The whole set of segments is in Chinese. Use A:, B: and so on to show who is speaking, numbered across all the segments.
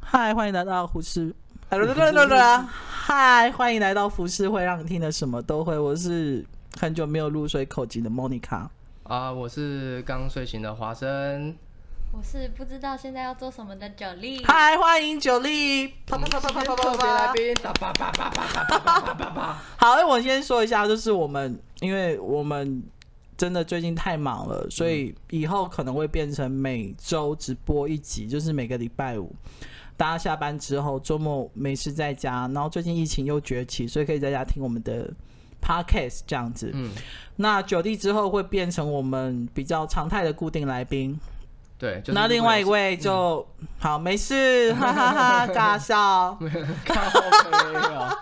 A: 嗨，欢迎来到胡适。
B: 啦啦啦啦啦！
A: 嗨，欢迎来到服饰会，让你听的什么都会。我是很久没有露水口井的 Monica。
C: 啊、我是刚睡醒的华生，
D: 我是不知道现在要做什么的九力。
A: 嗨，欢迎九力。啪啪啪啪啪啪
C: 特别
A: 啪
C: 来
A: 啪。
C: 宾，叭叭叭叭叭叭叭叭叭叭。
A: 好，那我先说一下，就是我们，因为我们真的最近太忙了，所以以后可能会变成每周直播一集，就是每个礼拜五。大家下班之后，周末没事在家，然后最近疫情又崛起，所以可以在家听我们的 podcast 这样子。
C: 嗯，
A: 那九弟之后会变成我们比较常态的固定来宾，
C: 对，就是嗯
A: 那另外一
C: 如果
A: 位就、好没 事，哈哈哈，尬笑。
C: 有 靠背哦。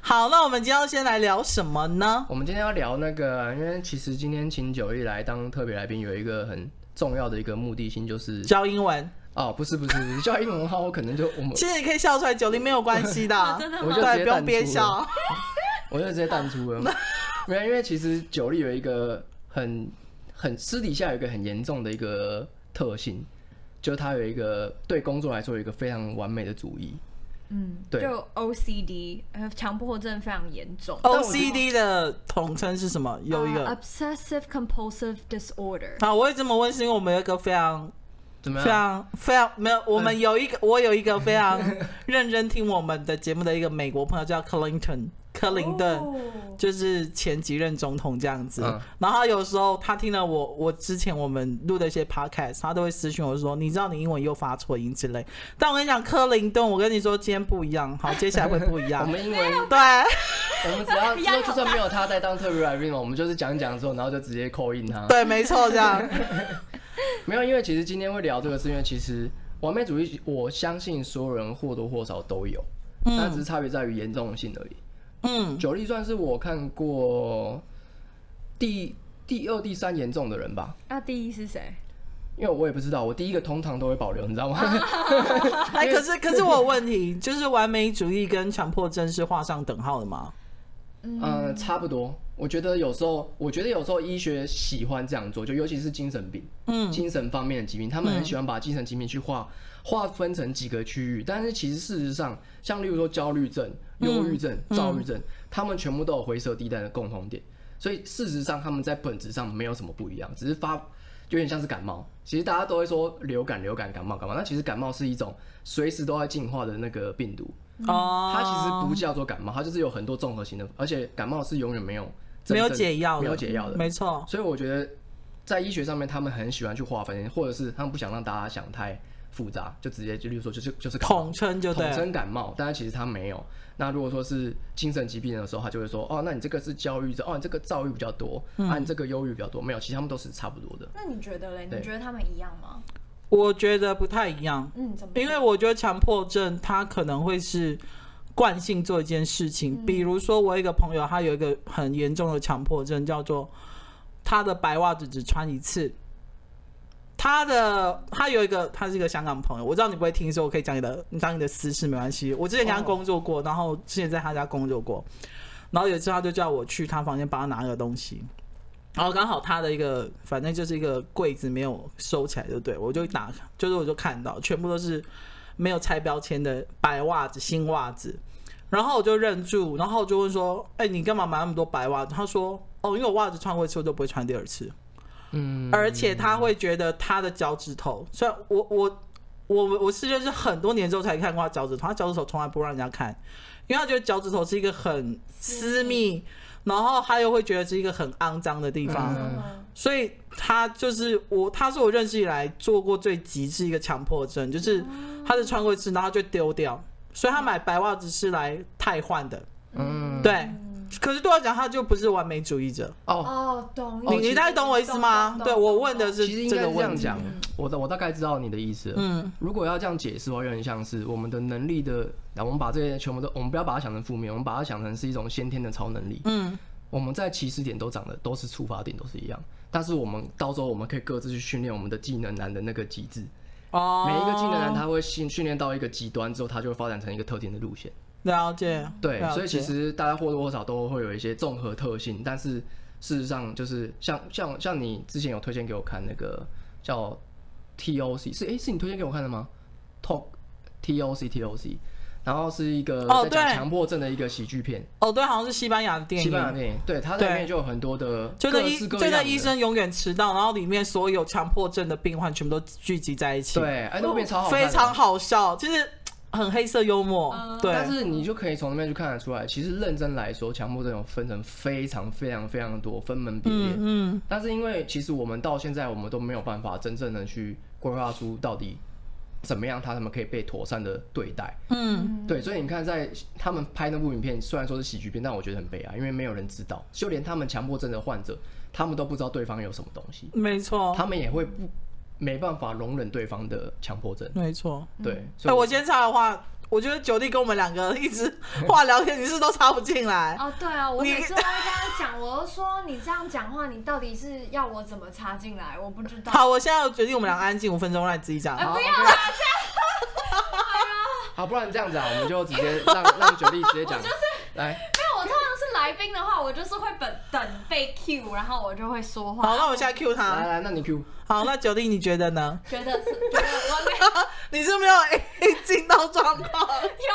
A: 好，那我们今天要先来聊什么呢？
C: 我们今天要聊那个，因为其实今天请九一来当特别来宾，有一个很重要的一个目的性，就是
A: 教英文，
C: 哦，不是不是，你叫英文的话，我可能就我们
A: 其实你可以笑出来，九零没有关系 的，
D: 哦真的
C: 我
D: 吗
C: 就直
A: 对，
C: 接
A: 不用憋
C: 淡出了
A: 笑。
C: 我就直接淡出了。没有，因为其实九力有一个很很私底下有一个很严重的一个特性，就是他有一个对工作来说有一个非常完美的主义。
D: 嗯，
C: 对
D: 就 OCD，呃，强迫症非常严重。
C: 我
A: OCD 的统称是什么？有一个
D: 呃 obsessive compulsive disorder，
A: 啊，我会这么问，是因为我们有一个非常
C: 怎么
A: 非
C: 样？
A: 常非常没有，
C: 嗯
A: 我们有一个，我有一个非 常认真听我们的节目的一个美国朋友叫 Clinton 克林顿。
D: 哦
A: 就是前几任总统这样子。
C: 嗯
A: 然后他有时候他听了我我之前我们录的一些 podcast，他都会私讯我说：“你知道你英文又发错音之类。”但我跟你讲，克林顿，我跟你说今天不一样，好，接下来会不一
C: 我
A: 样。
C: 们英文，
A: 对，
C: 我们只要之后就算没有他在当特别来宾嘛，我们就是讲一讲之后，然后就直接扣印他。
A: 对，没错，这样。
C: 没有，因为其实今天会聊这个，是因为其实完美主义，我相信所有人或多或少都有，但只是差别在于严重性而已。
A: 嗯，
C: 九力算是我看过第第二、第三严重的人吧，
D: 那第一是谁？
C: 因为我也不知道，我第一个通常都会保留，你知道吗？
A: 哎，可是可是我有问题，就是完美主义跟强迫症是画上等号的吗？
C: 嗯，差不多。我觉得有时候，我觉得有时候医学喜欢这样做，就尤其是精神病，
A: 嗯
C: 精神方面的疾病，他们很喜欢把精神疾病去划划分成几个区域。但是其实事实上，像例如说焦虑症、忧郁症、躁郁症，他们全部都有灰色地带的共同点。所以事实上，他们在本质上没有什么不一样，只是发有点像是感冒。其实大家都会说流感、流感、感冒、感冒，那其实感冒是一种随时都在进化的那个病毒。
A: 哦，
C: 它其实不叫做感冒，它就是有很多综合型的，而且感冒是永远没有真
A: 没有
C: 正
A: 解药的，
C: 没有解药的。
A: 没错。
C: 所以我觉得在医学上面，他们很喜欢去划分，或者是他们不想让大家想太复杂，就直接就例如说就是就是感冒
A: 统称就对
C: 统
A: 了，
C: 称感冒，但是其实他没有。那如果说是精神疾病的时候，他就会说哦，那你这个是焦虑症，哦，你这个躁郁比较多，啊，你这个忧郁比较多，没有，其实他们都是差不多的。
D: 那你觉得嘞？
C: 对
D: 你觉得他们一样吗？
A: 我觉得不太一样。
D: 嗯，怎么说？
A: 因为我觉得强迫症它可能会是惯性做一件事情，比如说我有一个朋友，他有一个很严重的强迫症，叫做他的白袜子只穿一次。他的他有一个，他是一个香港朋友，我知道你不会听，所以我可以讲你的，你当你的私事没关系。我之前跟他
C: 哦
A: 工作过，然后之前在他家工作过，然后有一次他就叫我去他房间帮他拿个东西，然后刚好他的一个反正就是一个柜子没有收起来，就对我就打，就是我就看到全部都是没有拆标签的白袜子、新袜子，然后我就认住，然后我就问说：“哎、你干嘛买那么多白袜子？”他说：“哦，因为我袜子穿过一次，我就不会穿第二次。”
C: 嗯，
A: 而且他会觉得他的脚趾头，虽然我我我我是认识很多年之后才看过他脚趾头，他脚趾头从来不让人家看，因为他觉得脚趾头是一个很私密，然后他又会觉得是一个很肮脏的地方，
C: 嗯
D: 嗯
A: 所以他就是我，他是我认识以来做过最极致一个强迫症，就是他是穿过一次，然后他就丢掉，所以他买白袜子是来汰换的，
C: 嗯，
A: 对。可是对我来讲，他就不是完美主义者，
C: 哦，
D: 哦，懂
A: 你你大概懂我意思吗？对我问的
C: 其实
A: 是
C: 应
A: 这
C: 该
A: 个
C: 是这
A: 问
C: 样
A: 题。
C: 讲，我的我大概知道你的意思了。
A: 嗯，
C: 如果要这样解释的话，有点像是我们的能力的，那我们把这些全部都，我们不要把它想成负面，我们把它想成是一种先天的超能力。
A: 嗯，
C: 我们在起始点都长得都是出发点都是一样，但是我们到时候我们可以各自去训练我们的技能栏的那个机制，
A: 哦，
C: 每一个技能栏它会训训练到一个极端之后，它就会发展成一个特定的路线。
A: 了解，
C: 对
A: 了，解
C: 所以其实大家或多或少都会有一些综合特性，但是事实上就是像像像你之前有推荐给我看那个叫 TOC 是诶，是你推荐给我看的吗？Talk T O C T O C，然后是一个
A: 哦
C: 在讲
A: 对
C: 强迫症的一个喜剧片，
A: 哦，对，好像是西班牙的电
C: 西
A: 影，
C: 班牙电影，对，它里
A: 对
C: 面就有很多的
A: 就那
C: 各
A: 医
C: 式各
A: 就
C: 样
A: 那
C: 的
A: 医生永远迟到，然后里面所有强迫症的病患全部都聚集在一起，
C: 对，哎，那部片超好看的，
A: 非常好笑，就是很黑色幽默，
D: 嗯
A: 对，
C: 但是你就可以从那边就看得出来，其实认真来说，强迫症有分成非常非常非常多分门别类。
A: 嗯
C: 但是因为其实我们到现在，我们都没有办法真正的去规划出到底怎么样，他们可以被妥善的对待。
A: 嗯
C: 对，所以你看，在他们拍那部影片，虽然说是喜剧片，但我觉得很悲啊哀，因为没有人知道，就连他们强迫症的患者，他们都不知道对方有什么东西，
A: 嗯，没错，
C: 他们也会不没办法容忍对方的强迫症。
A: 没错。
C: 对，
A: 哎、
C: 所以
A: 我先插的话，我觉得九弟跟我们两个一直话聊天，你是都插不进来。
D: 哦，对啊，我
A: 你
D: 每次都会跟他讲，我都说你这样讲话，你到底是要我怎么插进来？我不知道。
A: 好，我现在要决定我们两个安静五分钟，让你自己讲。
D: 哎，
A: 好
D: 不要啦，
C: 好，不然这样子啊，我们就直接让让九力直接讲，来。
D: 没有，我通常是来宾的话，我就是会等等被 Q，然后我就会说话。
A: 好，那我现在 Q
C: 来
A: 他。
C: 来，那你 Q
A: 好，那九弟你觉得呢？
D: 觉得是，觉得我没有
A: 你是没有进到状况，
D: 有啦，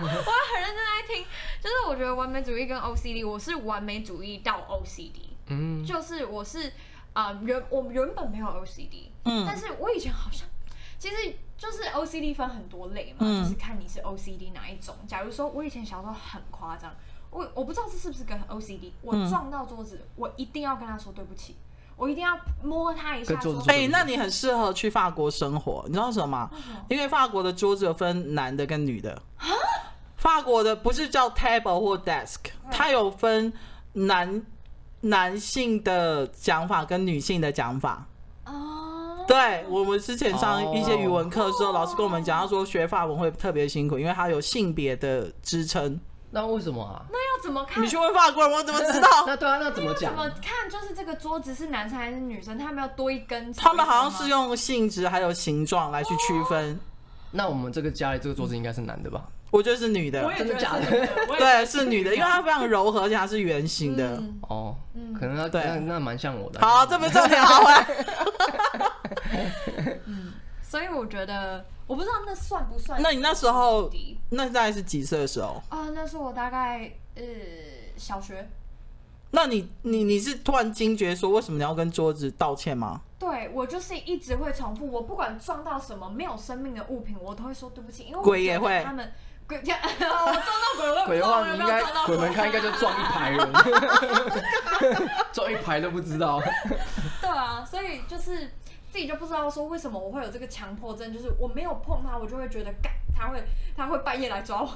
D: 我有，我很认真在听。就是我觉得完美主义跟 OCD，我是完美主义到 OCD，
C: 嗯，
D: 就是我是啊、呃原我原本没有 OCD，
A: 嗯
D: 但是我以前好像其实就是 OCD 分很多类嘛，
A: 嗯
D: 就是看你是 OCD 哪一种。假如说我以前小时候很夸张，我我不知道这是不是跟 OCD，我
A: 嗯
D: 撞到桌子，我一定要跟他说对不起，我一定要摸他一下
C: 跟桌子
D: 说
C: 说
A: 哎、那你很适合去法国生活，你知道什么啊吗？因为法国的桌子有分男的跟女的。法国的不是叫 table 或 desk，它有分男男性的讲法跟女性的讲法。
D: 啊，
A: 对我们之前上一些语文课的时候，
D: 哦
A: 老师跟我们讲，他说学法文会特别辛苦，因为它有性别的支 撑。
C: 那为什么啊？
D: 那要怎么看
A: 你去？问法国人，我怎么知道？
C: 那对啊，那怎么
D: 怎
C: 讲？
D: 么看？就是这个桌子是男生还是女生？他们要多一根指头吗？
A: 他们好像是用性质还有形状来去区分。
C: 那我们这个家里这个桌子应该是男的吧？
A: 我觉得是女的，
D: 我也觉得
C: 真的假
D: 是女的， 我也
A: 对，是女的，因为它非常柔和，而且它是圆形的。
D: 嗯
C: 哦，
D: 嗯
C: 可能他
A: 对
C: 那那蛮像我的。
A: 好，这不是重点，好回来。
D: 所以我觉得，我不知道那算不算 OCD。
A: 那你那时候， 那大概是几岁的时候？
D: 啊，那是我大概呃小学，
A: 那你你你是突然惊觉说，为什么你要跟桌子道歉吗？
D: 对我就是一直会重复，我不管撞到什么没有生命的物品，我都会说对不起，因为我
A: 鬼也
D: 觉得
A: 会
D: 他们鬼，我 撞到鬼了，我
C: 鬼
D: 也
C: 的
D: 不知道我
C: 话，
D: 有
C: 你应
D: 没有
C: 该
D: 撞到
C: 鬼
D: 鬼
C: 门开应 该就撞一排人， 撞一排都不知道。
D: 对啊，所以就是自己就不知道说为什么我会有这个强迫症，就是我没有碰它，我就会觉得干，它会它会半夜来抓我。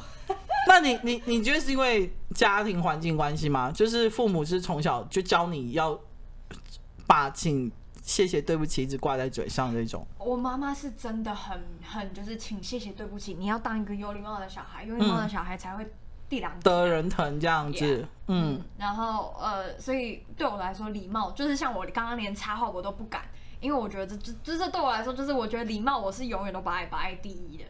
A: 那你你你觉得是因为家庭环境关系吗？就是父母是从小就教你要把请、谢谢、对不起一直挂在嘴上那种。
D: 我妈妈是真的很很就是请谢谢对不起，你要当一个有礼貌的小孩，有礼貌的小孩才会地狼
A: 得人疼这样子
D: Yeah
A: 嗯，
D: 然后呃，所以对我来说，礼貌就是像我刚刚连插话我都不敢，因为我觉得这这这这对我来说，就是我觉得礼貌我是永远都摆摆第一的。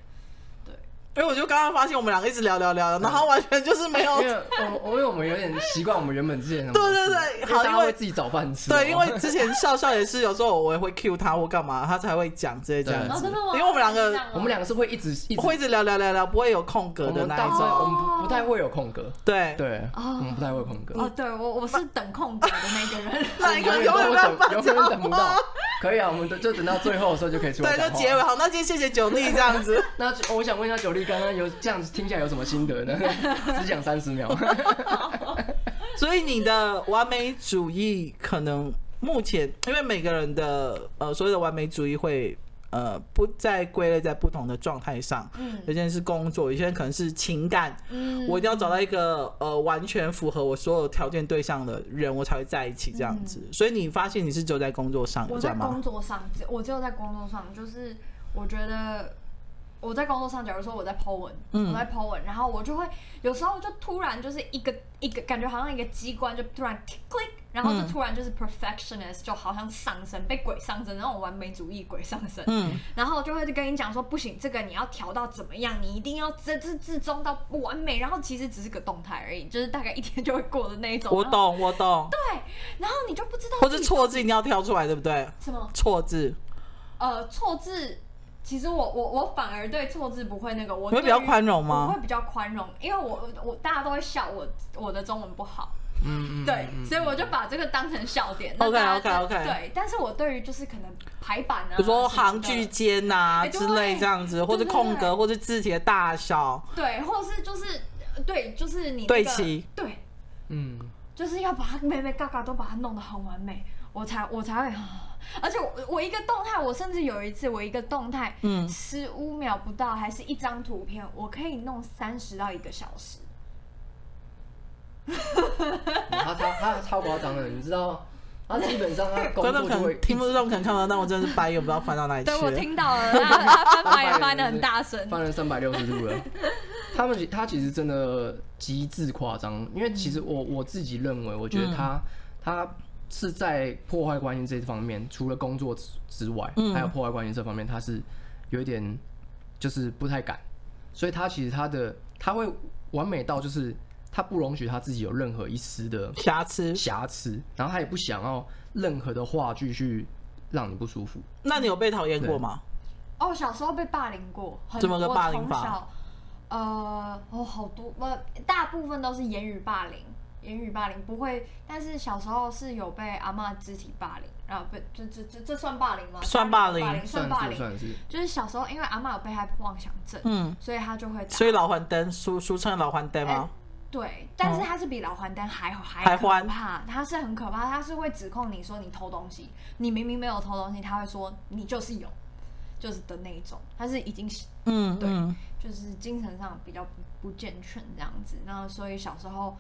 A: 因为我就刚刚发现我们两个一直聊聊聊，然
D: 嗯
A: 后完全就是没有
C: 因为我我因为我们有点习惯我们原本之前的模
A: 对
C: 式。
A: 哦对对
C: 因为
A: 好
C: 大
A: 因
C: 家
A: 为
C: 会自己找饭吃哦。
A: 对，因为之前笑笑也是有时候我也会 cue 他或干嘛，他才会讲这些这样
C: 对
D: 哦，
A: 子。
D: 真的吗？
A: 因为我们两个
C: 我们两个是会一直一直
A: 会一直聊聊聊聊，不会有空格
C: 我
A: 的
C: 们
A: 那
C: 大
A: 一
C: 致
A: 种。
C: 我们不不太会有空格，
A: 对，
C: 对，
D: 哦
C: 我们不太会有空格。
D: 哦，对我我是等空格的 那个人。
A: 那你可能
C: 永
A: 永
C: 远
A: 远
C: 都
A: 没有
C: 等
A: 办法，
C: 永远都等不 到。可以啊，我们等就等到最后的时候就可以出来
A: 对，
C: 讲
A: 就
C: 话
A: 结尾好。那今天谢谢九力这样子。
C: 那哦我想问一下九力，刚刚有这样子听起来有什么心得呢？ 只讲三十秒。
A: 所以你的完美主义可能目前，因为每个人的呃所谓的完美主义会呃不再归类在不同的状态上，
D: 嗯
A: 有些人是工作，有些人可能是情感，
D: 嗯
A: 我一定要找到一个呃完全符合我所有条件对象的人，我才会在一起这样子。所以你发现你是只有在工作上，有
D: 嗯我
A: 这
D: 在
A: 样
D: 工
A: 吗？
D: 作上，只我只有在工作上，就是我觉得我在工作上，假如说我在 Po 文，
A: 嗯
D: 我在 Po 文，然后我就会有时候就突然就是一个一个感觉好像一个机关就突然 click，然后就
A: 嗯
D: 突然就是 perfectionist，就好像上升被鬼上升那种完美主义鬼上升，
A: 嗯，
D: 然后就会跟你讲说不行，这个你要调到怎么样，你一定要这至至终到完美，然后其实只是个动态而已，就是大概一天就会过的那一种，
A: 我
D: 然后，
A: 懂，我懂。
D: 然后你就不知道
A: 或
D: 自
A: 是
D: 己
A: 错字一定要挑出来，对不对？
D: 什么。
A: 错字，
D: 呃错字其实我我我反而对错字不会那个，我
A: 你会比
D: 对于
A: 较宽容吗
D: 我会比较宽容，因为我我大家都会笑我我的中文不好，
C: 嗯，嗯
D: 对，所以我就把这个当成笑点。那
A: OK，
D: 大家就
A: OK，OK
D: 对，但是我对于就是可能排版啊，
A: 比如说
D: 什么
A: 行
D: 的
A: 距间呐、
D: 哎对
A: 之类这样子，或者
D: 对对
A: 空格，
D: 对
A: 或者字体的大小，
D: 对，或者是就是呃对，就是你那个
A: 对齐
D: 对，
C: 嗯，
D: 就是要把它每每嘎嘎都把它弄得很完美，我才我才会。 啊而且我我一个动态，我甚至有一次我一个动态，
A: 嗯
D: 十五秒不到，还是一张图片，我可以弄三十到一个小时。
C: 他他他超夸张的，你知道，他基本上他的工
A: 观众
C: 作
A: 可
C: 就会
A: 能听不懂，可能看不到，但我真的是白眼不知道翻到哪里去
D: 对，我
A: 了。
D: 听 到了，他他翻白
C: 翻白
D: 眼翻
C: 眼
D: 的很大声。
C: 翻了三百六十度 了。他们其他其实真的极致夸张，因为其
D: 嗯
C: 实我我自己认为，我觉得他、他是在破坏关系这方面，除了工作之之外，
D: 嗯
C: 还有破坏关系这方面，他是有一点就是不太敢，所以他其实他的他会完美到就是他不容许他自己有任何一丝的
A: 瑕疵，
C: 瑕疵，然后他也不想要任何的话剧去让你不舒服。
A: 那你有被讨厌过吗？
D: 哦，小时候被霸凌过，很
A: 怎么个霸凌
D: 我从
A: 法
D: 小呃，哦，好多，呃，大部分都是言语霸凌，言语霸凌不会，但是小时候是有被阿嬷肢体霸凌，然后被这这这这算霸凌吗？
A: 算霸凌
D: 算霸
C: 是
D: 凌，
C: 算是，
D: 就是小时候因为阿嬷有被害妄想症，
A: 嗯，
D: 所以他就会打。
A: 所以老还灯，俗俗称老还灯吗？
D: 对，但是他是比老还丹还
A: 哦还
D: 还可
A: 欢
D: 怕，他是很可怕，他是会指控你说你偷东西，你明明没有偷东西，他会说你就是有，就是的那一种，他是已经
A: 嗯，
D: 对
A: 嗯，
D: 就是精神上比较不不健全这样子。那所以小时候，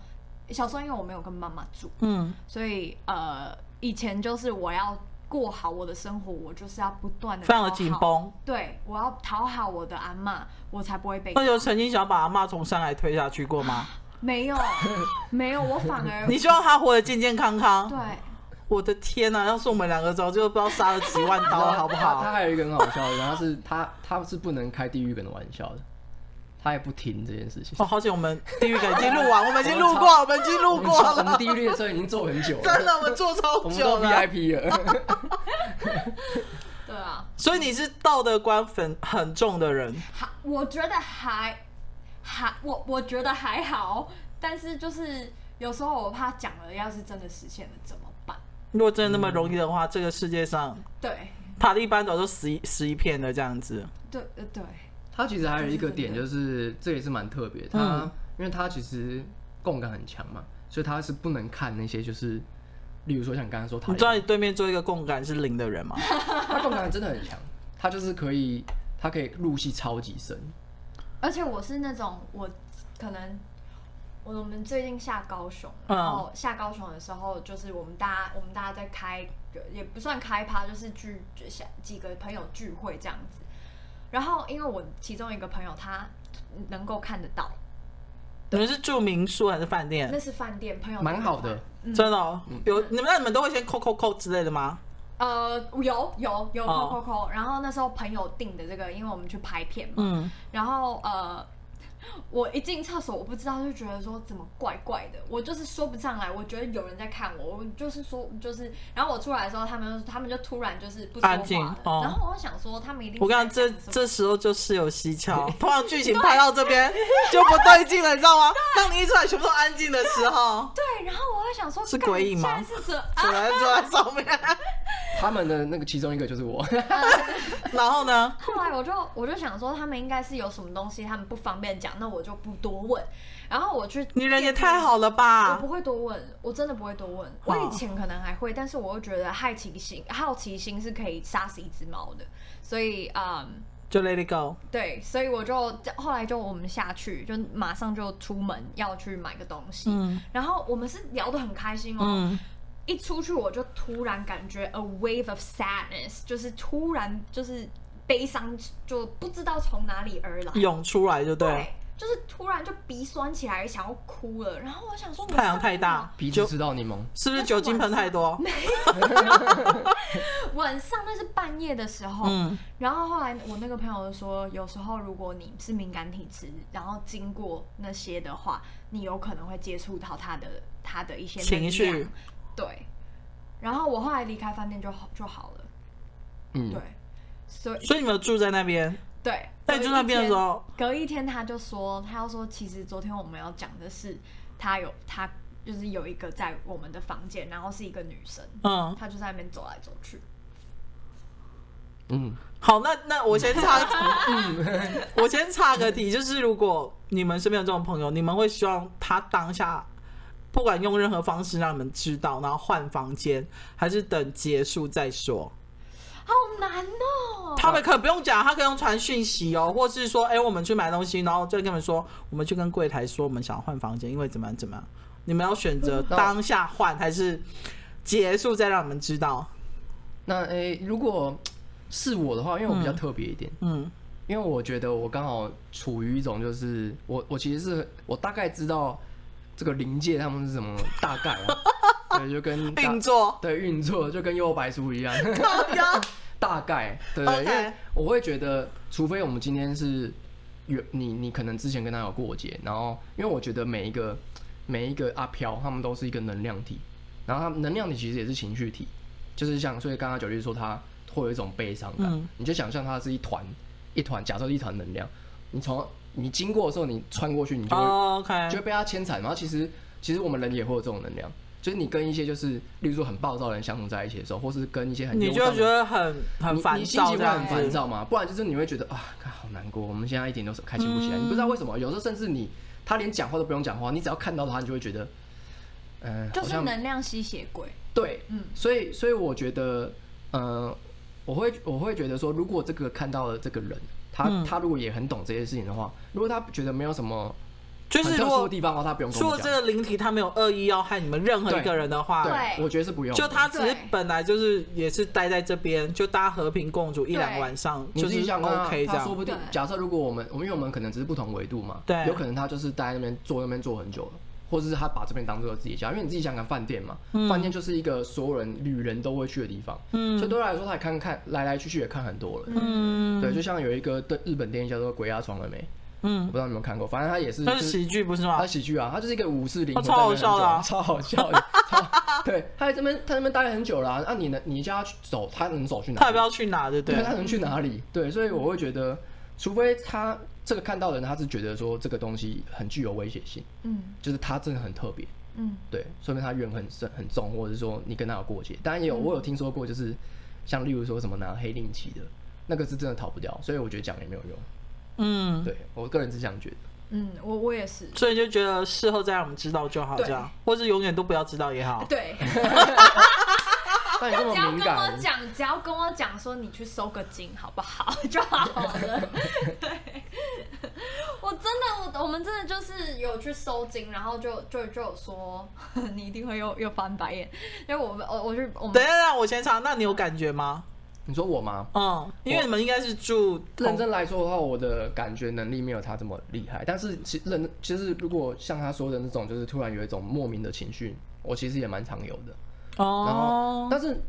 D: 小时候因为我没有跟妈妈住，
A: 嗯，
D: 所以呃，以前就是我要过好我的生活，我就是要不断的
A: 非常的紧绷。
D: 对我要讨好我的阿嬷，我才不会被
A: 那有曾经想把阿妈从山崖推下去过 吗？
D: 没有没有，我反而
A: 你希望她活得健健康康？
D: 对。
A: 我的天呐、要是我们两个早就不知道杀了几万刀了，好不
C: 他 他
A: 好？
C: 还有一个很好笑的，然后是他他是不能开地狱梗的玩笑的，他也不停这件事情。
A: 哦，好险，我们地狱梗已经录完，我们已经录过，我们已经录
C: 我们
A: 过
C: 我们
A: 了，
C: 地狱列车已经做很久
A: 真
C: 了，
A: 的，我们做超
C: 我们
A: 久
C: 都
A: 了。
C: VIP 了。
D: 对啊，
A: 所以你是道德观很很重的人，
D: 还我觉得还还我我觉得还好，但是就是有时候我怕讲了，要是真的实现了怎么办？
A: 如果真的那么容易的话，这个世界上
D: 对
A: 塔利班早就死一死一片了，这样子。
D: 对呃对，
C: 他其实还有一个点就是，这也是蛮特别。他因为他其实共感很强嘛，所以他是不能看那些就是，例如说像刚刚说他
A: 你知道你对面坐一个共感是零的人 吗？
C: 他共感真的很强，他就是可以他可以入戏超级深。
D: 而且我是那种我可能。我我们最近下高雄，
A: 嗯
D: 然后下高雄的时候，就是我们大家我们大家在开，也不算开趴，就是聚就下几个朋友聚会这样子。然后因为我其中一个朋友他能够看得到，
A: 你们是住民宿还是饭
D: 那
A: 店？
D: 是饭店朋友
C: 蛮好
D: 看得到
C: 的，
A: 真的、哦、
C: 嗯
A: 有你们那你们都会先扣扣扣之类的吗？
D: 呃，有有有
A: 哦
D: 扣扣扣，然后那时候朋友订的这个，因为我们去拍片嘛，
A: 嗯，
D: 然后呃，我一进厕所，我不知道就觉得说怎么怪怪的，我就是说不上来，我觉得有人在看我，我就是说就是，然后我出来的时候，他们他们就突然就是不说话
A: 安静
D: 了，
A: 哦
D: 然后我想说他们一定
A: 我
D: 是
A: 跟你讲，
D: 在
A: 这
D: 讲什么
A: 这时候就是有蹊 跷。通常剧情拍到这边就不对劲了，你知道吗？当你一出来全部都安静的时候，
D: 对，然后我会想说
A: 是
D: 干
A: 鬼影吗
D: 现在是这
A: 主
D: 啊，
A: 人坐在上面，
C: 他们的那个其中一个就是我，
A: 然后呢？
D: 后来我就我就想说他们应该是有什么东西他们不方便讲，那我就不多问，然后我去
A: 你人也
D: 电梯
A: 太好了吧！
D: 我不会多问，我真的不会多问。我以前可能还会，但是我又觉得好奇心，好奇心是可以杀死一只猫的，所以嗯，
A: 就 Let It Go。
D: 对，所以我就后来就我们下去，就马上就出门要去买个东西，
A: 嗯
D: 然后我们是聊得很开心哦。
A: 嗯，
D: 一出去我就突然感觉 a wave of sadness，就是突然就是悲伤，就不知道从哪里而来。
A: 嗯涌出来就对了。
D: 对，就是突然就鼻酸起来，想要哭了。然后我想说，我
A: 太阳
D: 上
A: 太
D: 一
A: 大
D: 秒
C: 鼻
A: 就是
C: 吃到柠檬，
A: 是不是酒精喷太 多？
D: 晚上那是半夜的时候，
A: 嗯
D: 然后后来我那个朋友就说，有时候如果你是敏感体质，然后经过那些的话，你有可能会接触到他的他的一些
A: 情绪
D: 能量啊对，然后我后来离开饭店就好就好了，
C: 嗯
D: 对，所以
A: 所以你们住在那边，
D: 对，
A: 在住那边的时候，
D: 隔一天他就说，他要说其实昨天我们要讲的是他有他就是有一个在我们的房间，然后是一个女生，
A: 嗯，
D: 她就在那边走来走去。
C: 嗯，
A: 好，那那我先插，我先插个题，就是如果你们身边有这种朋友，你们会希望他当下不管用任何方式让你们知道，然后换房间，还是等结束再说？
D: 好难哦！
A: 他们可不用讲，他可以用传讯息哦，或是说，哎、我们去买东西，然后再跟你们说，哎我们去跟柜台说我们想换房间，因为怎么样怎么样，你们要选择当下换还是结束再让你们知道？
C: 那诶、如果是我的话，因为我比较特别一点，
A: 嗯
C: 因为我觉得我刚好处于一种就是我我其实是我大概知道这个临界他们是什么大概 啊，对，就跟大
A: 运作
C: 对运作就跟右白书一样，大概对
A: OK
C: 因为我会觉得，除非我们今天是有你你可能之前跟他有过节，然后因为我觉得每一个每一个阿飘他们都是一个能量体，然后他们能量体其实也是情绪体，就是像所以刚刚九律说他会有一种悲伤感，
A: 嗯
C: 你就想象它是一团一团，假设是一团能量，你从你经过的时候你穿过去，你就会
A: ，OK，
C: 就会被他牵缠。然后其实其实我们人也会有这种能量，就是你跟一些就是例如说很暴躁的人相处在一起的时候，或是跟一些很
A: 你
C: 忧
A: 就
C: 伤
A: 会
C: 的
A: 觉得很很
C: 你
A: 烦
C: 你心
A: 躁这
C: 情会
A: 样
C: 很烦
A: 子。
C: 躁嘛？不然就是你会觉得啊，看好难过，我们现在一点都是开心不起来，你不知道为什么，有时候甚至你他连讲话都不用讲话，你只要看到他，你就会觉得，嗯、
D: 就
C: 好
D: 是
C: 像
D: 能量吸血鬼，
C: 对，
D: 嗯
C: 所以所以我觉得，呃，我会我会觉得说，如果这个看到了这个人，他、
A: 嗯
C: 他如果也很懂这些事情的话，如果他觉得没有什么
A: 就
C: 很
A: 是
C: 特
A: 如
C: 殊的
A: 果
C: 地方的话，他不用跟
A: 说
C: 我
A: 这
C: 讲。
A: 个灵体他没有恶意要害你们任何一个人的话，
D: 对
C: 我觉得是不用。
A: 就他只是本来就是也是待在这边，就大家和平共处一两晚上，
C: 你
A: 就
C: 自
A: 是
C: 己想啊
A: OK 这
C: 他说
A: 样。
C: 不定
D: 对
C: 假设如果我们我们因为我们可能只是不同维度嘛，
A: 对
C: 有可能他就是待在那边坐那边坐很久了。或者是他把这边当做自己家，因为你自己想想饭店嘛，
A: 嗯
C: 饭店就是一个所有人旅人都会去的地方，嗯，所以对他来说，他也看看来来去去也看很多了，
A: 嗯
C: 对，就像有一个对日本电影叫做《鬼压床了没》，我
A: 嗯
C: 不，知道你们有没有看过，反正他也是，
A: 那
C: 就是
A: 喜剧不是吗
C: 他？喜剧啊，他就是一个武士灵
A: 哦
C: 魂，
A: 超好笑的啊
C: 超好笑的，超对，他在这边他在那边待了很久了啊，那你能你叫他去走，他能走去哪里？
A: 他也不知道去哪，对不
C: 对，
A: 对？
C: 他能去哪里？对，所以我会觉得，除非他这个看到的人，他是觉得说这个东西很具有威胁性，
D: 嗯
C: 就是他真的很特别，
D: 嗯，
C: 对，说明他怨很深很重，或者是说你跟他有过节。当然也有，我有听说过，就是像例如说什么拿黑令旗的，那个是真的逃不掉，所以我觉得讲也没有用。
A: 嗯，
C: 对我个人是这样觉得。
D: 嗯，我我也是，
A: 所以就觉得事后再让我们知道就好，这样，或是永远都不要知道也好。
D: 对，
C: 但你这
D: 只
C: 么
D: 要
C: 敏
D: 跟我
C: 感，
D: 讲，只要跟我讲说你去收个金好不好 就好 了。对，我真的，我我们真的就是有去收金，然后就就就有说 你一定会又又翻白眼，因为我们我我去我们
A: 等一下，让我先唱，那你有感觉吗？
C: 你说我吗？
A: 嗯，因为你们应该是住
C: 认
A: 同
C: 真来说的话，我的感觉能力没有他这么厉害，但是其认其实如果像他说的那种，就是突然有一种莫名的情绪，我其实也蛮常有的。然后，
A: 哦，
C: 但是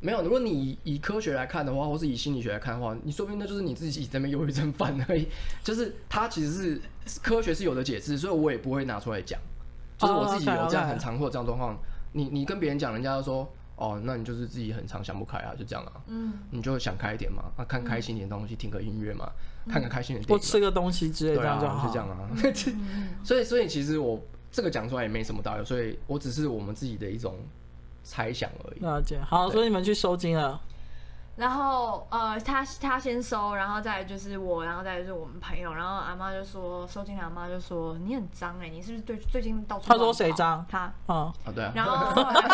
C: 没有，如果你以以科学来看的话，或是以心理学来看的话，你说不定那就是你自己在那边忧郁症犯而已。 就是它其实是科学是有的解释，所以我也不会拿出来讲。就是我自己有这样
A: 哦 OK，OK
C: 很常会有这样状况，你你跟别人讲，人家就说哦，那你就是自己很常想不开啊，就这样啊。
D: 嗯
C: 你就想开一点嘛，啊，看开心一点东西，听个音乐嘛，看个开心的电
A: 多嗯
C: 影
A: 吃
C: 嘛，
A: 个东西之类，这
C: 对啊，
A: 样就
C: 就
A: 好
C: 这。样啊。
D: 嗯
C: 所以，所以其实我这个讲出来也没什么大用，所以我只是我们自己的一种猜想而已。
A: 了解，好，
C: 对
A: 所以你们去收金了。
D: 然后呃，他他先收，然后再来就是我，然后再来就是我们朋友，然后阿妈就说收金的阿妈就说你很脏哎、你是不是对最近到处
A: 他说
D: 乱
A: 谁
D: 跑
A: 脏
D: 他。
A: 嗯，
C: 啊，对啊。
D: 然后后来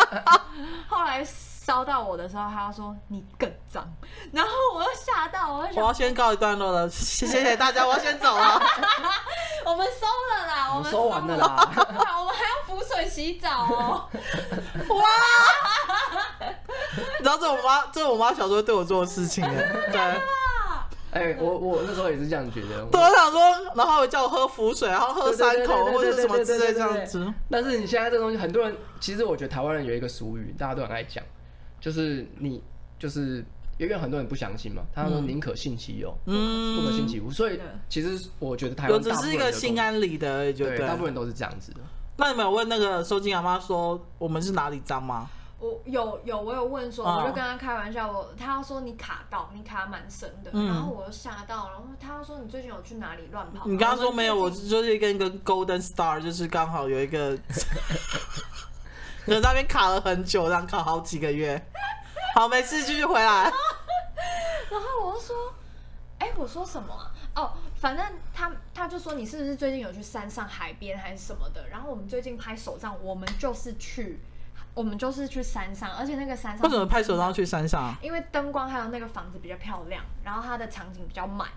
D: 后来烧到我的时候，他说你更脏，然后我又吓到，我就
A: 我
D: 想
A: 要先告一段落了，谢谢谢大家，我要先走了。
D: 我们收了啦，
C: 我
D: 我
C: 们
D: 们
C: 收完 了啦
D: 收了哇，我们还要浮水洗澡哦，
A: 你知道这我妈，这我妈小时候对我做的事情哎，对，
C: 哎、我我那时候也是这样觉得。
A: 对，我啊想说，然后叫我喝浮水，然后喝
C: 对对
A: 三
C: 对
A: 口
C: 对
A: 或者
C: 对
A: 什么
C: 对
A: 之
C: 对
A: 类
C: 对
A: 这
C: 对对
A: 样子。
C: 但是你现在这东西，很多人其实我觉得台湾人有一个俗语，大家都很爱讲，就是你就是因为很多人不相信嘛，他说宁可信其有，
A: 嗯
C: 不可信其无。所以
D: 对
C: 其实我觉得台
A: 有
C: 湾
A: 只
C: 大部
A: 是
C: 分
A: 一个
C: 人都
A: 心安理得而已，就
C: 对，大部
A: 对。
C: 分人都是这样子的。
A: 那你们有问那个收金阿妈说我们是哪里脏吗？
D: 我有有我有问说，
A: 嗯
D: 我就跟他开玩笑，我他说你卡到，你卡蛮深的，
A: 嗯
D: 然后我就吓到，然后他说你最近有去哪里乱跑吗？
A: 你刚刚说没有，我
D: 最近
A: 就是跟一个 Golden Star，就是刚好有一个， 可能在那边卡了很久，这样卡好几个月。好，没事，继续回来。
D: 然后我就说，哎、我说什么啊？哦，反正他他就说你是不是最近有去山上、海边还是什么的？然后我们最近拍手杖，我们就是去，我们就是去山上，而且那个山上
A: 为什么拍手都要去山上？
D: 因为灯光还有那个房子比较漂亮，然后它的场景比较满，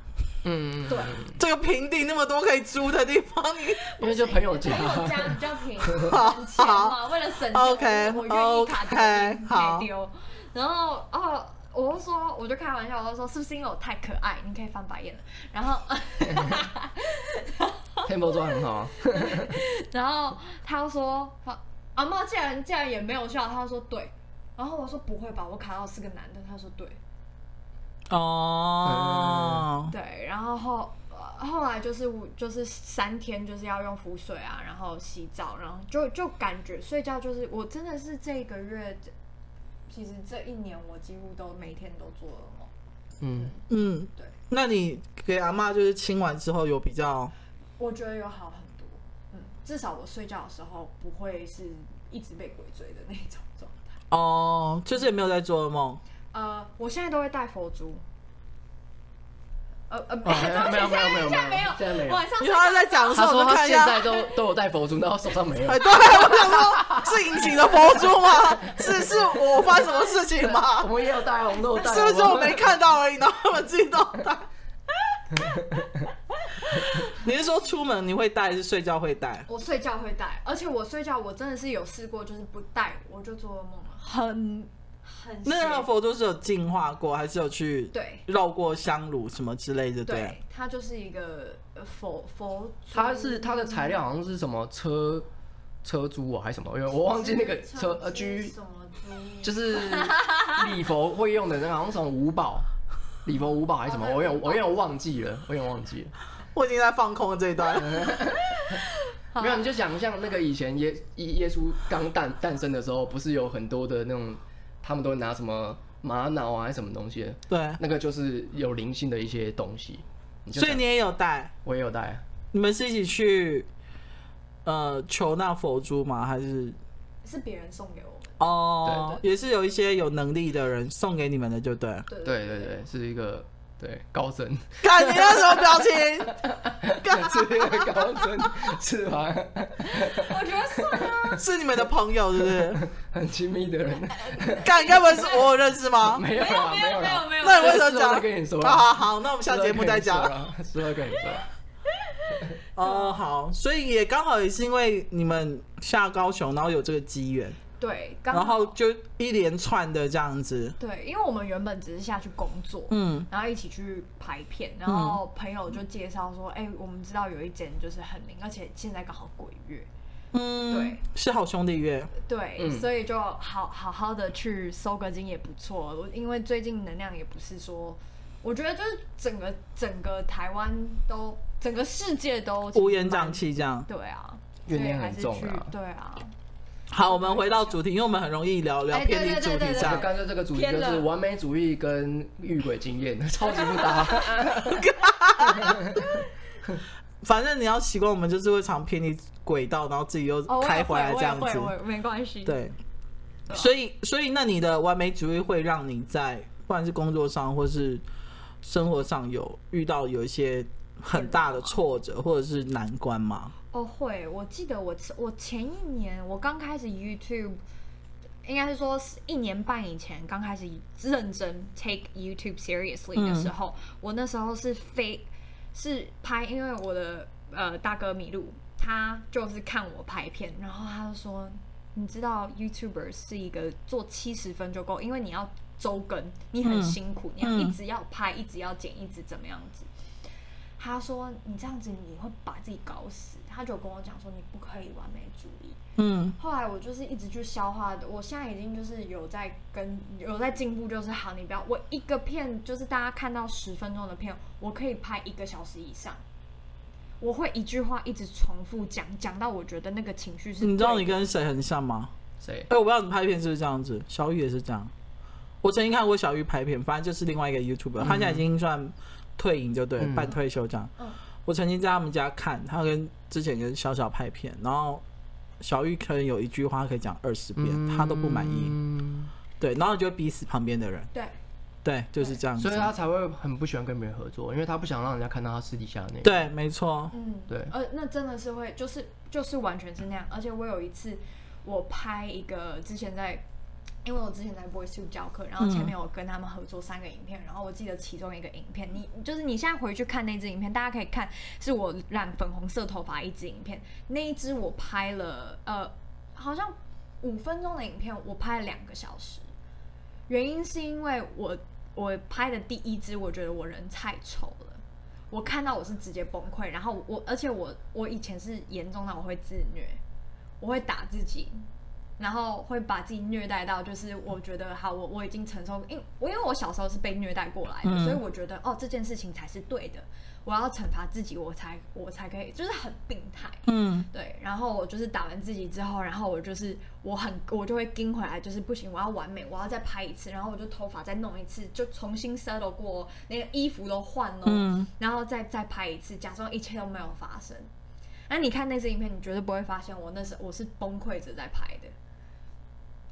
C: 嗯，
D: 对，
A: 这个平地那么多可以租的地方，你
C: 因为就朋友家
D: 朋，友家比较便宜，省钱嘛，为了省钱
A: OK，
D: 我愿意卡这
A: OK，
D: 个
A: 好
D: 可以丢。然后哦，我就说，我就开玩笑，我就说是不是因为我太可爱？你可以翻白眼了。然后，
C: tempo 抓得很好 啊。
D: 然后他啊又说，阿妈竟然竟然也没有笑，他说对。然后我说不会吧，我卡到是个男的，他说对
A: 哦，
D: 对。然后后呃后来就是我就是三天就是要用浮水啊，然后洗澡，然后就就感觉睡觉就是我真的是这个月，其实这一年我几乎都每天都做噩梦。
C: 嗯，
A: 嗯
D: 对，
A: 那你给阿妈就是亲完之后有比较，
D: 我觉得有好很多，嗯，至少我睡觉的时候不会是一直被鬼追的那种状态。
A: 哦，就是也没有在做噩梦。
D: 呃，我现在都会戴佛珠。呃呃，
C: 哦没有没有没有
D: 现在没有，
C: 没有没有现在没有
D: 晚上
A: 因为他在讲的时
C: 他
A: 候，我
C: 说
A: 就
C: 他
A: 看一
C: 现
A: 下，
C: 在都都有戴佛珠，但我手上没有
A: 哎，。对，我想说，是引起的佛珠吗？是是我发生什么事情吗
C: 我？们也有戴，我们都有戴。
A: 是不是我没
C: 们？
A: 看到而已，然后他们自己都带？ 你是说出门你会带，还是睡觉会带？
D: 我睡觉会戴，而且我睡觉我真的是有试过，就是不戴我就做噩梦了，很很
A: 那
D: 邪
A: 那个佛珠是有净化过，还是有去
D: 对
A: 绕过香炉什么之类的？对了，啊
D: 对，它就是一个呃佛佛珠，
C: 它是它的材料好像是什么车车珠啊，还是什么？因为我忘记那个车呃
D: 珠
C: 居
D: 什么珠，
C: 就是礼佛会用的那个，好像什么五宝，礼佛五宝还是什么？
D: 哦对
C: 我有我有点忘记了，我有点忘记了。
A: 我已经在放空这一段。
D: 好
C: 没有，你就想像那个以前耶耶耶稣刚诞诞生的时候，不是有很多的那种，他们都拿什么玛瑙啊，还是什么东西的，
A: 对，
C: 那个就是有灵性的一些东西。你就
A: 所以
C: 想
A: 你也有带。
C: 我也有带，啊
A: 你们是一起去呃求那佛珠吗？还是
D: 是别人送给我们，
A: 哦，也是有一些有能力的人送给你们的，就 对了。
D: 对
C: 对对对，是一个对高僧，
A: 看你那什么表情？
C: 是一个高僧，是吧？
D: 我觉得 算啊，
A: 是你们的朋友是不是？
C: 很亲密的人，
A: 干，你该不会是我有认识 吗？
C: 啊没有
D: 没有
C: 啦，
D: 没有没
C: 啦
A: 那
D: 有，没有，
A: 你为什么
C: 事后
A: 讲？
C: 再跟你说
A: 好
C: 啊
A: 好好，那我们下节目再
C: 之后
A: 讲。
C: 可以说啦，之后跟你说啦。
A: 哦，好，所以也刚好也是因为你们下高雄，然后有这个机缘，
D: 对，刚
A: 然后
D: 好
A: 就一连串的这样子。
D: 对，因为我们原本只是下去工作，
A: 嗯，
D: 然后一起去拍片，然后
C: 嗯
D: 朋友就介绍说，哎、我们知道有一间就是很灵，而且现在刚好鬼月，
A: 嗯
D: 对，
A: 是好兄弟月。
D: 对，
C: 嗯
D: 所以就好好好的去收个金也不错，我因为最近能量也不是说，我觉得就是整个整个台湾都整个世界都
A: 乌烟瘴，气这样。
D: 对啊，
C: 怨念
D: 所以还
C: 很
D: 是
C: 重
D: 去
C: 啊
D: 对啊，
A: 好，我们回到主题，因为我们很容易聊聊
D: 哎对
A: 偏离
D: 对
A: 主题
D: 对对
A: 这
D: 对
C: 那
A: 样。
C: 干脆这个主题
D: 偏
C: 就
D: 了
C: 是完美主义跟遇鬼经验，超级不搭。
A: 反正你要习惯，我们就是会常偏离轨道，然后自己又
D: 哦，我也
A: 开
D: 会
A: 回来这样
D: 我也
A: 子。
D: 会我啊也没关系，
A: 对，所以所以那你的完美主义会让你在不管是工作上或是生活上有遇到有一些很大的挫折或者是难关吗？
D: 哦，会，我记得我我前一年我刚开始 YouTube，应该是说是一年半以前刚开始认真 take YouTube seriously 的时候，我那时候是非是拍，因为我的呃大哥米露他就是看我拍片，然后他就说，你知道 YouTuber 是一个做七十分就够，因为你要周更，你很
A: 嗯
D: 辛苦，你要
A: 嗯
D: 一直要拍，一直要剪，一直怎么样子。他说：“你这样子你会把自己搞死。”他就跟我讲说：“你不可以完美主义。
A: 嗯”
D: 后来我就是一直去消化的，我现在已经就是有在跟有在进步，就是好，你不要我一个片就是大家看到十分钟的片，我可以拍一个小时以上。我会一句话一直重复讲，讲到我觉得那个情绪是
A: 你知道
D: 对
A: 你跟谁很像吗？
C: 谁？
A: 哎、我不知道你拍片是不是这样子，小雨也是这样。我曾经看过小雨拍片，反正就是另外一个 YouTuber，、他现在已经算退隐就对了，
C: 嗯
A: 半退休这样。
D: 嗯
A: 我曾经在他们家看他跟之前跟小小拍片，然后小玉可能有一句话可以讲二十遍，他都不满意。
C: 嗯
A: 对，然后你就会逼死旁边的人。
D: 对，
A: 对，就是这样子
C: 所以。他才会很不喜欢跟别人合作，因为他不想让人家看到他私底下的那个。
A: 对，没错。
D: 嗯，
C: 对
D: 呃，那真的是会，就是就是完全是那样。而且我有一次，我拍一个之前在，因为我之前在 Voice Two 教课，然后前面我跟他们合作三个影片，然后我记得其中一个影片，你就是你现在回去看那支影片，大家可以看，是我染粉红色头发一支影片，那一支我拍了呃，好像五分钟的影片，我拍了两个小时。原因是因为我我拍的第一支，我觉得我人太丑了，我看到我是直接崩溃，然后我而且我我以前是严重到我会自虐，我会打自己，然后会把自己虐待到，就是我觉得好，我我已经承受，因我因为我小时候是被虐待过来的，
A: 嗯
D: 所以我觉得哦这件事情才是对的，我要惩罚自己，我才我才可以，就是很病态。
A: 嗯
D: 对，然后我就是打完自己之后，然后我就是我很我就会盯回来，就是不行，我要完美，我要再拍一次，然后我就头发再弄一次，就重新 settle 过，那个衣服都换了，
A: 嗯，
D: 然后再再拍一次，假装一切都没有发生。那你看那支影片，你绝对不会发现我那时我是崩溃着在拍的，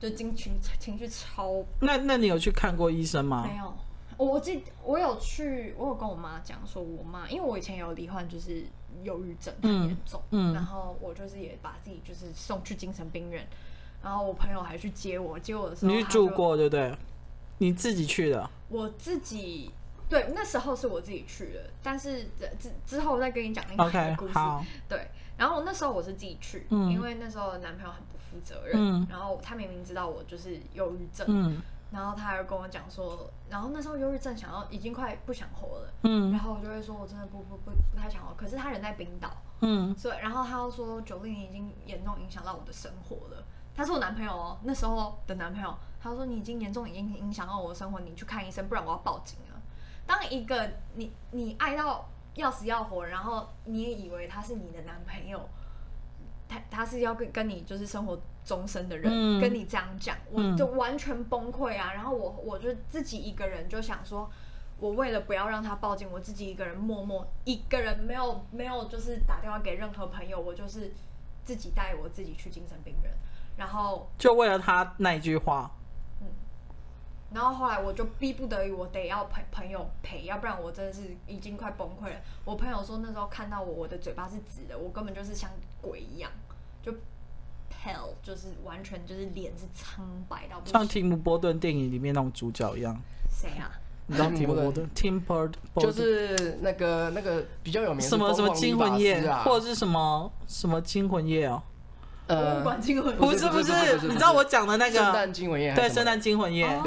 D: 就情绪情绪超
A: 那那你有去看过医生吗
D: 没？有，我我记我有去，我有跟我妈讲说，我妈因为我以前有罹患就是忧郁症很严重，
A: 嗯嗯
D: 然后我就是也把自己就是送去精神病院，然后我朋友还去接我，接我的时候
A: 你去
D: 他
A: 住
D: 就，
A: 过对不对？你自己去的，
D: 我自己。对，那时候是我自己去的，但是呃之之后再跟你讲另外一
A: OK，
D: 个故事。
A: 好
D: 对，然后我那时候我是自己去，
A: 嗯
D: 因为那时候男朋友很不负责任，
A: 嗯
D: 然后他明明知道我就是忧郁症，
A: 嗯
D: 然后他还跟我讲说，然后那时候忧郁症想要已经快不想活了，然
A: 嗯
D: 后我就会说我真的不不不不太想活，可是他人在冰岛，
A: 嗯
D: 所以然后他又说九令已经严重影响到我的生活了。他是我男朋友哦，那时候的男朋友，他说你已经严重影影响到我的生活，你去看医生，不然我要报警了。当一个你你爱到要死要活，然后你也以为他是你的男朋友，他他是要跟跟你就是生活终身的人，
A: 嗯
D: 跟你这样讲，我
A: 嗯
D: 就完全崩溃啊！然后我我就自己一个人就想说，我为了不要让他报警，我自己一个人默默一个人没有没有就是打电话给任何朋友，我就是自己带我自己去精神病院，然后
A: 就为了他那一句话，
D: 然后后来我就逼不得已，我得要朋朋友陪，要不然我真的是已经快崩溃了。我朋友说那时候看到我，我的嘴巴是紫的，我根本就是像鬼一样，就 pale，就是完全就是脸是苍白到不
A: 像
D: 行。
A: 提姆波顿电影里面那种主角一样。
D: 谁啊？
A: 你知道
C: 提姆波顿
A: Tim Burton
C: 就是那个那个比较有名的是
A: 什么什么
C: 疯狂理
A: 惊
C: 发
A: 魂
C: 师
A: 夜，
C: 啊，
A: 或者是什么什么惊魂夜哦？
D: 博物
C: 呃
D: 馆惊魂夜
A: 不
C: 是
A: 不
C: 不是不是不是
A: 你知道我讲的那
C: 圣
A: 个
C: 诞惊魂夜还是
A: 呃对
C: 什么
A: 圣诞惊魂夜
D: 哦，